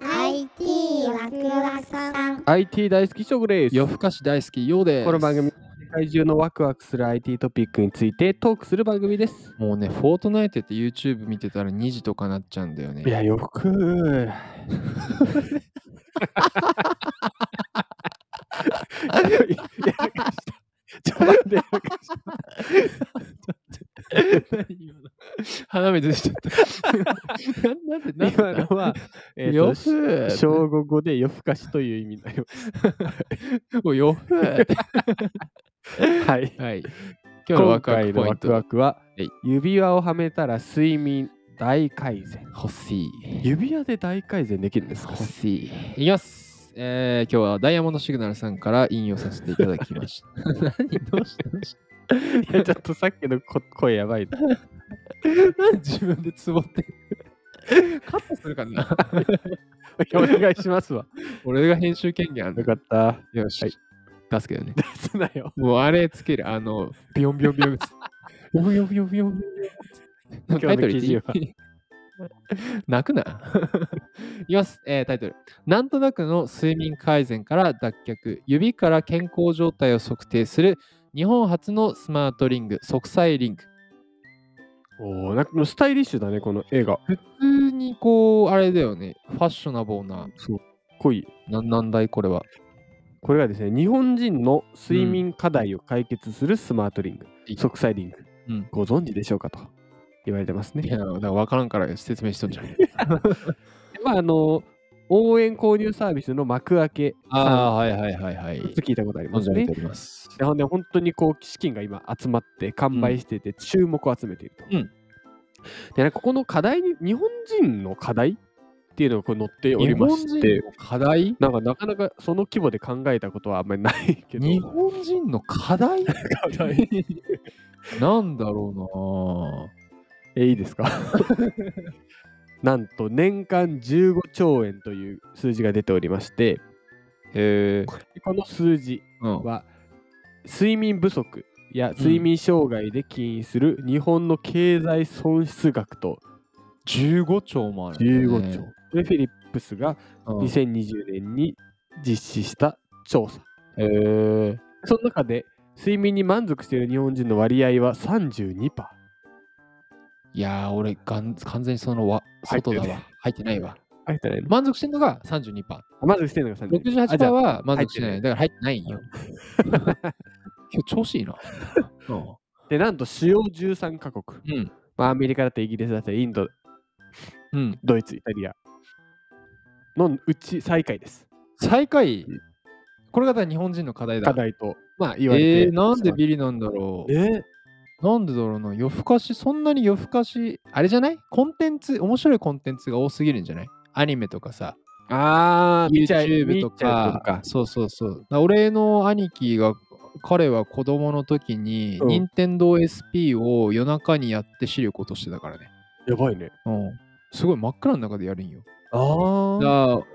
IT ワクワクさん IT 大好きショグです。夜更かし大好きようですこの番組、世界中のワクワクする IT トピックについてトークする番組です。もうねフォートナイトって YouTube 見てたら2時とかなっちゃうんだよねいや、よく。ちょっと待って、鼻水出ちゃった ななんでなんで今のは、えーとよふ小午後で夜更かしという意味になります。およふはい。はい今日今のワクワ回クのポイワンクトワクははい、指輪をはめたら睡眠大改善。欲しい指輪で大改善できるんですか欲しいいきますえー、今日はダイヤモンドシグナルさんから引用させていただきました 何どうしたどうしたいやちょっとさっきのこ声やばいな。何自分でツボってカットする かなお願いしますわ。俺が編集権限あるよかった。よし、はい出すけどね出 すなよ。もうあれつける、あの、ビヨンビヨンビヨン。ビヨンビヨンビヨンビヨンビヨン。今日の記事は タイトル言っていい。泣くな。 いきます、えータイトル。なんとなくの睡眠改善から脱却、指から健康状態を測定する日本初のスマートリング、即歳リング。おお、なんかもうスタイリッシュだね、この絵が。普通にこう、あれだよね、ファッショナブルな、そう。濃い。なんなんだいこれは。これがですね、日本人の睡眠課題を解決するスマートリング、いい即歳リング、うんご存知でしょうかと言われてますいね。や、だから分からんから説明しとんじゃん。 まあ、あの、応援購入サービスの幕開けああさ、ー、はいはいはい はい。ん、ちょっと聞いたことありま存すじ上げねてお。ります。でほんで本当にこう資金が今集まって完売してて注目を集めていると。うんでなんかここの課題に日本人の課題っていうのがこう載っておりまし日本て人の課題なんかなかなかその規模で考えたことはあんまりないけど日本人の課題課題なんだろえいい ですかなんと年間15兆円という数字が出ておりましてうなへえ、この数字うん、は睡眠不足や睡眠障害で起因する日本の経済損失額と15兆もある、 15兆。これフィリップスが兆、うん、へ2020年に実施した調査。えその中で睡眠に満足している日本人の割合は32%。いやー俺がん完全にそのわ入って外るだわ入ってないわ入ってないの満足してんのが 32%68% 満足してるのが32%。あじゃあは満足してない入だから入ってないんよ今日調子いいな、うで、なんと主要13カ国。ん、うんまあ、アメリカだったりイギリスだったりインド、うんドイツ、イタリアのうち最下位です。最下位これがだから日本人の課題だ課題と、まあ、言われて。えー、なんでビリなんだろうえなんでだろうな、夜更かし、そんなに夜更かし、あれじゃないコンテンツ、面白いコンテンツが多すぎるんじゃないアニメとかさ、あー、見ちゃう YouTube と見ちゃうか、そうそうそう。だから俺の兄貴が、彼は子供の時に、うん任天堂 SP を夜中にやって視力落としてたからね。やばいね。うん。すごい真っ暗の中でやるんよ。あーだか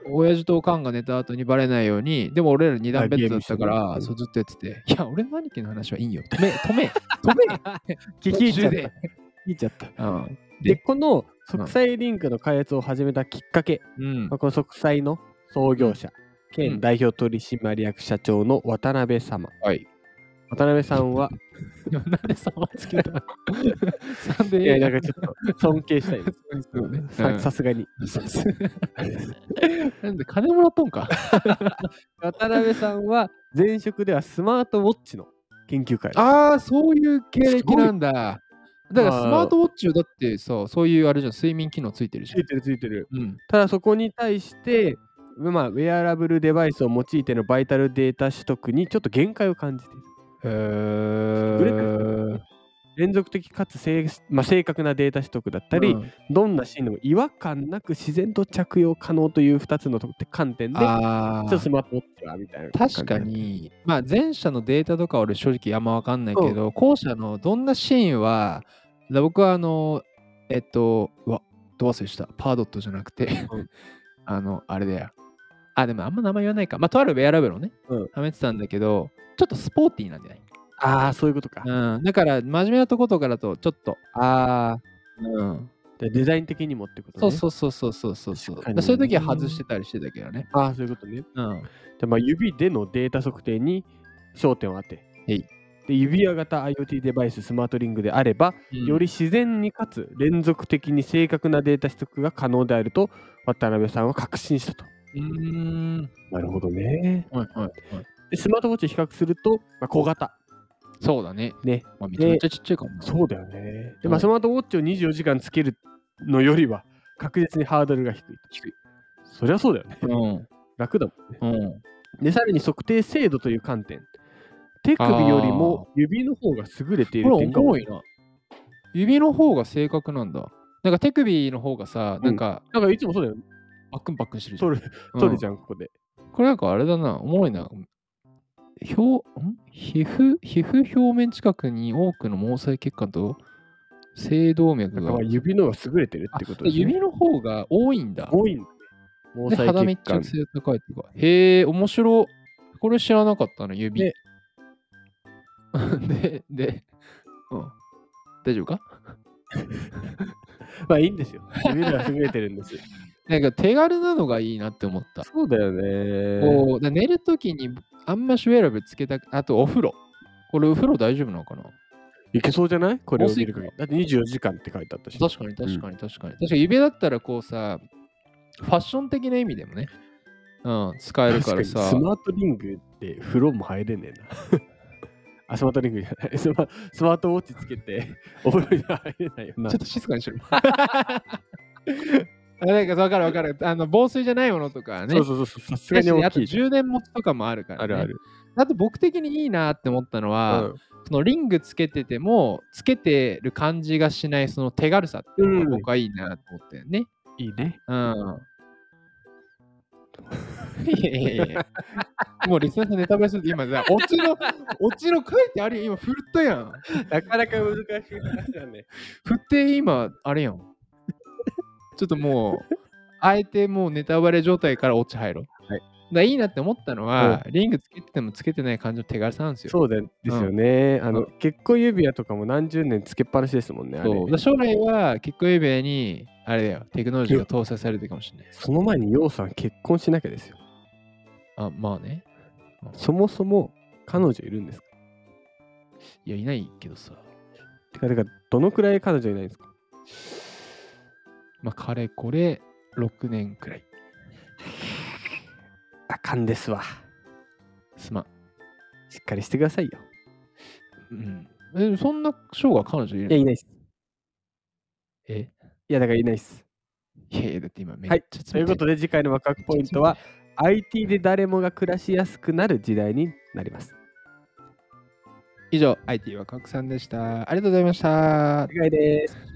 ら、親父とおかんが寝た後にバレないように、でも俺ら二段ベッドだったかあゲーら、ムしてそうずっとやってて、いや、俺の兄貴の話はいいよ。止め、止め、止め、 聞き入っちゃった途中で。聞いちゃった。うん。で、でこの即歳リンクの開発を始めたきっかけ、うんまあこの即歳の創業者、兼代表取締役社長の渡辺様。はい。渡辺さんは、 なんで3番つけたの ?3 でいや、なんかちょっと尊敬したいですさ。さすがに。 なんで金もらっとんか。渡辺さんは、前職ではスマートウォッチの研究会。ああ、そういう経歴なんだ。だからスマートウォッチだってさ、そういうあれじゃん、睡眠機能ついてるじつゃんい。てるついてる。うん。ただそこに対して、まあ、ウェアラブルデバイスを用いてのバイタルデータ取得にちょっと限界を感じている。へー連続的かつ正,、まあ、正確なデータ取得だったたり、り、どんなシーンでも違和感なく自然と着用可能という2つのと観点で、ちょあっあと、スマートウォッチはみたいな。確か。に、まあ前者のデータとかは俺正直あんまわかんないけど、後者のどんなシーンは、だ僕はあの、えっと、うわ、どう忘れした。パードットじゃなくてうん、 あの、あれだよ。あ、でもあんま名前言わないか。まあとあるウェアラブルをね、うんはめてたんだけど、ちょっとスポーティーなんじゃああ、そういうことか。ないうん。だから真面目なとことかだと、ちょっと、ああ、うん。でデザイン的にもってことそね。うそうそうそうそうそうそう。確だかかにらそういう時は外してたりしてたけどね。ああ、そういうことね。うん。でまあ、指でのデータ測定に焦点を当て、へいで指輪型 IoT デバイススマートリングであれば、より、り自然にかつ連続的に正確なデータ取得が可能であると渡辺さんは確信したと。うーん。なるほどね。はいはいはい。でスマートウォッチを比較すると、まあ、小型。そうだね。ね。まあ、めちゃめちゃちっちゃいかもな。そうだよね。で、まはあ、いスマートウォッチを24時間つけるのよりは確実にハードルが低い。低い。そりゃそうだよね。うん。楽だもんね。うん。で、さらに測定精度という観点。手首よりも指の方が優れているこれ点が多重い。いな。指の方が正確なんだ。なんか手首の方がさ、なんかなんかいつもそうだよね。バックンバックンしてるじゃん。取る、取るじゃん。ゃん、ここで。これなんかあれだな、おもろいな。表ん皮膚皮膚表面近くに多くの毛細血管と性動だ脈からがまあ指の方が優れてるってことあです、ね。指の方が多いんだ。多いんだね。毛で、肌細密血管着。性が高いとか。へえ、面白い。これ知らなかったの、指。ねで、 で、うん。大丈夫かまあいいんですよ。指の方が優れてるんですよ。なんか手軽なのがいいなって思った。そうだよね。こうだ寝るときにあんましウェアラブルつけたくあとお風呂。これお風呂大丈夫なのかないけそうじゃないこれを見る防限水り。だって24時間って書いてあったし。確かに確かに確かに。確かに指だったらこうさ、ファッション的な意味でもね、うん、使えるからさ確。にスマートリングって風呂も入れねえな。 あ、スマートリングじゃない。スマスマートウォッチつけて、 お風呂に入れないよなちょっ。と静かにしろ。あなんかわかるわかる。あの防水じゃないものとかはね。そうそうそう。さすがにだしあ大ときいじゃん。充電持ちとかもあるから、ね。あるある。あと僕的にいいなって思ったのうは、んそのリングつけてても、つけてる感じがしないその手軽さっていううのんが僕はいいなと思ったよね。いいね。うん。いやいやいやもうリスナーさんネタバレすると今さ、オチ の、オチの書いてあるよ、今振ったやん。なかなか難しい話だ ね。振って今、あれやん。ちょっともう、あえてもうネタバレ状態から落ち入ろう。はいだからいいなって思ったのは、リングつけててもつけてない感じの手軽さなんですよ。そうだですよね。あの、結婚指輪とかも何十年つけっぱなしですもんね。あれそうだから将来は結婚指輪に、あれだよ、テクノロジーが搭載されてるかもしれない。その前に、ようさん結婚しなきゃですよ。あ、まあね。そもそも彼女いるんですかいや、いないけどさ。てか、てか、どのくらい彼女いないんですかまあ、かれこれ6年くらい。あかんですわ。すまん。しっかりしてくださいよ。うん。え、そんな生涯彼女いるいや、のいないです。えいや、だからいないです。いやいや、だって今めっはいちゃということで、次回のワクワクポイントは、IT で誰もが暮らしやすくなる時代になります。以上、IT は賀来さんでした。ありがとうございましたお。願いです。